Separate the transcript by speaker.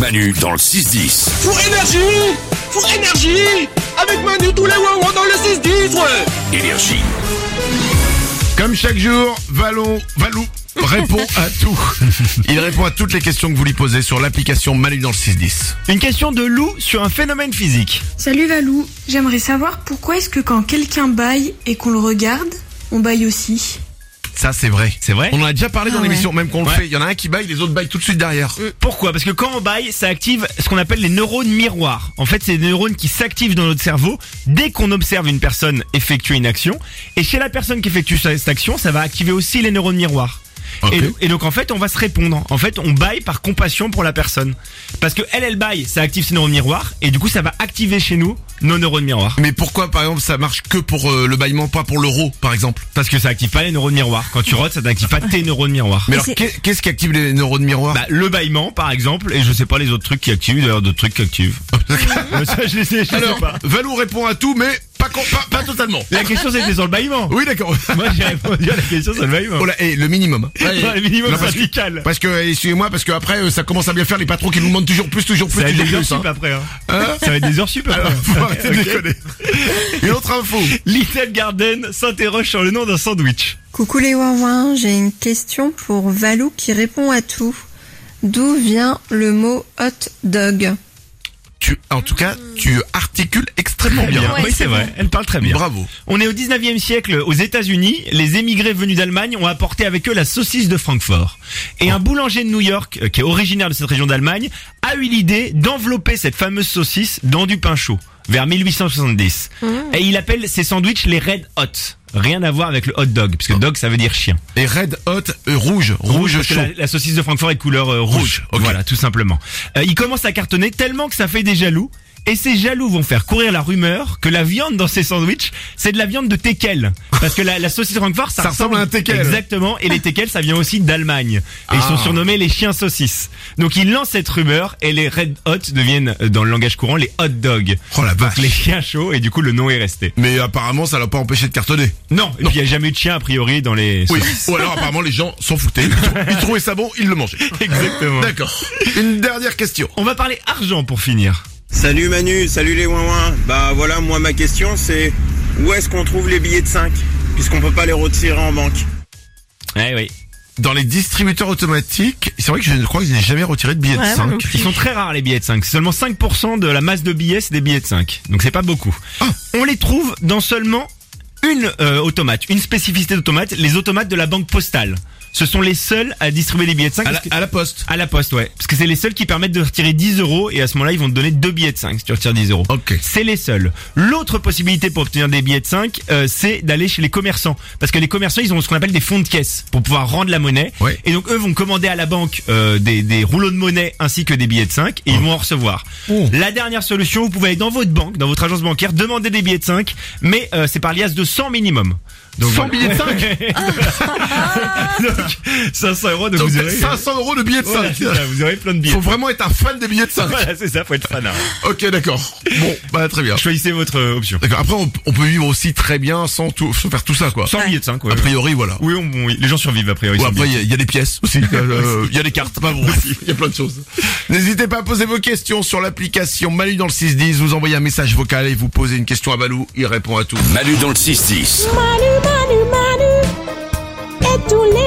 Speaker 1: Manu dans le 6-10.
Speaker 2: Pour énergie Pour énergie Avec Manu tous les wouah dans le 6-10, ouais
Speaker 1: Énergie.
Speaker 3: Comme chaque jour, Valon, Valou répond à tout. Il répond à toutes les questions que vous lui posez sur l'application Manu dans le 610.
Speaker 4: Une question de Lou sur un phénomène physique.
Speaker 5: Salut Valou, j'aimerais savoir pourquoi est-ce que quand quelqu'un baille et qu'on le regarde, on baille aussi
Speaker 3: Ça, c'est vrai.
Speaker 4: C'est vrai
Speaker 3: On en a déjà parlé dans
Speaker 5: Ah Mm.
Speaker 3: l'émission, même qu'on
Speaker 4: Ouais.
Speaker 3: le fait. Il y en a un qui baille, les autres baillent tout de suite derrière.
Speaker 4: Pourquoi Parce que quand on baille, ça active ce qu'on appelle les neurones miroirs. En fait, c'est des neurones qui s'activent dans notre cerveau dès qu'on observe une personne effectuer une action. Et chez la personne qui effectue cette action, ça va activer aussi les neurones miroirs.
Speaker 3: Ok.
Speaker 4: Et, et donc en fait, on va se répondre. En fait, on baille par compassion pour la personne. Parce que elle, elle baille, ça active ses neurones miroirs. Et du coup, ça va activer chez nous nos neurones miroirs.
Speaker 3: Mais pourquoi, par exemple, ça marche que pour euh, le bâillement, pas pour l'euro, par exemple
Speaker 4: Parce que ça active pas les neurones miroirs. Quand tu rotes, ça n'active pas tes neurones miroirs.
Speaker 3: Mais
Speaker 5: Et
Speaker 3: alors,
Speaker 5: c'est-
Speaker 3: qu'est- qu'est-ce qui active les neurones miroirs
Speaker 4: Bah, le bâillement, par exemple, et je sais pas les autres trucs qui activent, d'ailleurs, d'autres trucs qui activent. Mais ça, je les sais, je les sais
Speaker 3: Alors,
Speaker 4: pas.
Speaker 3: Valou répond à tout, mais pas, com- pas, pas totalement.
Speaker 4: La question, c'était sur le bâillement.
Speaker 3: Oui, d'accord.
Speaker 4: Moi, j'ai répondu à la question sur le bâillement.
Speaker 3: Oh là, et le minimum.
Speaker 4: Enfin, le minimum
Speaker 3: Non, parce que-
Speaker 4: syndical.
Speaker 3: Parce que, eh, excusez-moi, parce que après, euh, ça commence à bien faire les patrons qui nous demandent toujours plus, toujours plus,
Speaker 4: Ça va être
Speaker 3: toujours
Speaker 4: des heures
Speaker 3: plus. hein.
Speaker 4: sup après, hein. Ça va être des heures sup après.
Speaker 3: Alors, faut arrêter de déconner. Une autre info.
Speaker 4: Little Garden s'interroge sur le nom d'un sandwich.
Speaker 6: Coucou les Wawins, j'ai une question pour Valou qui répond à tout. D'où vient le mot hot dog
Speaker 3: Tu, en tout cas, tu articules extrêmement bien.
Speaker 4: oui, c'est vrai. Elle parle très bien.
Speaker 3: Bravo.
Speaker 4: On est au 19e siècle aux États-Unis. Les émigrés venus d'Allemagne ont apporté avec eux la saucisse de Francfort. Et un boulanger de New York, euh, qui est originaire de cette région d'Allemagne, a eu l'idée d'envelopper cette fameuse saucisse dans du pain chaud vers 1870. Et il appelle ses sandwichs les Red Hot. Rien à voir avec le hot dog, puisque dog ça veut dire chien.
Speaker 3: Et red hot, euh, rouge, rouge,
Speaker 4: parce que
Speaker 3: chaud.
Speaker 4: la, la saucisse de Francfort est couleur euh, rouge.
Speaker 3: Rouge, ok.
Speaker 4: Voilà, tout simplement. Euh, il commence à cartonner tellement que ça fait des jaloux. Et ces jaloux vont faire courir la rumeur que la viande dans ces sandwichs, c'est de la viande de teckel. Parce que la, la saucisse Francfort, ça,
Speaker 3: Ça ressemble à un teckel.
Speaker 4: Exactement. Et les teckels, ça vient aussi d'Allemagne. Et ils sont
Speaker 3: Ah.
Speaker 4: surnommés les chiens saucisses. Donc ils lancent cette rumeur et les red hot deviennent, euh, dans le langage courant, les hot dogs.
Speaker 3: Oh la vache.
Speaker 4: Les chiens chauds et du coup le nom est resté.
Speaker 3: Mais apparemment, ça l'a pas empêché de cartonner.
Speaker 4: Non, et puis, il n'y a jamais eu de chien a priori dans les...
Speaker 3: Oui. Ou alors, apparemment, les gens s'en foutaient. Ils trou- Ils trouvaient ça bon, ils le mangeaient.
Speaker 4: Exactement.
Speaker 3: D'accord. Une dernière question.
Speaker 4: On va parler argent pour finir.
Speaker 7: Salut Manu, salut les ouin Bah voilà, moi ma question c'est où est-ce qu'on trouve les billets de 5 Puisqu'on peut pas les retirer en banque.
Speaker 4: Eh oui.
Speaker 3: Dans les distributeurs automatiques, c'est vrai que je ne crois que je n'ai jamais retiré de billets de
Speaker 6: Ouais, moi
Speaker 3: 5.
Speaker 6: non
Speaker 4: Ils sont très rares les billets de 5. Seulement 5% de la masse de billets, c'est des billets de 5. Donc c'est pas beaucoup.
Speaker 3: Ah.
Speaker 4: On les trouve dans seulement une euh, automate, une spécificité d'automate, les automates de la banque postale. Ce sont les seuls à distribuer des billets de 5.
Speaker 3: À la,
Speaker 4: parce que-
Speaker 3: à la poste.
Speaker 4: à la poste, ouais. Parce que c'est les seuls qui permettent de retirer 10 euros et à ce moment-là, ils vont te donner deux billets de 5 si tu retires 10 euros.
Speaker 3: Ok.
Speaker 4: C'est les seuls. L'autre possibilité pour obtenir des billets de 5, euh, c'est d'aller chez les commerçants. Parce que les commerçants, ils ont ce qu'on appelle des fonds de caisse pour pouvoir rendre la monnaie.
Speaker 3: Ouais.
Speaker 4: Et donc, eux vont commander à la banque euh, des, des rouleaux de monnaie ainsi que des billets de 5 et ils vont en recevoir.
Speaker 3: Oh.
Speaker 4: La dernière solution, vous pouvez aller dans votre banque, dans votre agence bancaire, demander des billets de 5, mais euh, c'est par liasse de 100 minimum. Donc,
Speaker 3: 100 billets de
Speaker 4: 5 Donc, 500 euros, donc,
Speaker 3: Donc,
Speaker 4: vous aurez... euh,
Speaker 3: 500 euros de billets de 5.
Speaker 4: Voilà, c'est ça, vous aurez plein de billets.
Speaker 3: Faut vraiment être un fan des billets de 5.
Speaker 4: Voilà, c'est ça, faut être fanard.
Speaker 3: Ok, d'accord. Bon, bah très bien.
Speaker 4: Choisissez votre euh, option.
Speaker 3: D'accord. Après, on, on peut vivre aussi très bien sans tout, sans faire tout ça, quoi.
Speaker 4: 100 billets de 5, ouais.
Speaker 3: A priori, voilà.
Speaker 4: Oui, on- oui, les gens survivent, a priori.
Speaker 3: Ou
Speaker 4: sans
Speaker 3: après, il
Speaker 4: billets.
Speaker 3: y a- il y, a des pièces aussi. euh, Il y a des cartes, pas bon. Il y a plein de choses. N'hésitez pas à poser vos questions sur l'application Manu dans le 610. Vous envoyez un message vocal et vous posez une question à Balou. Il répond à tout.
Speaker 1: Manu dans le 6-10.
Speaker 8: Manu, Manu, Manu et tous les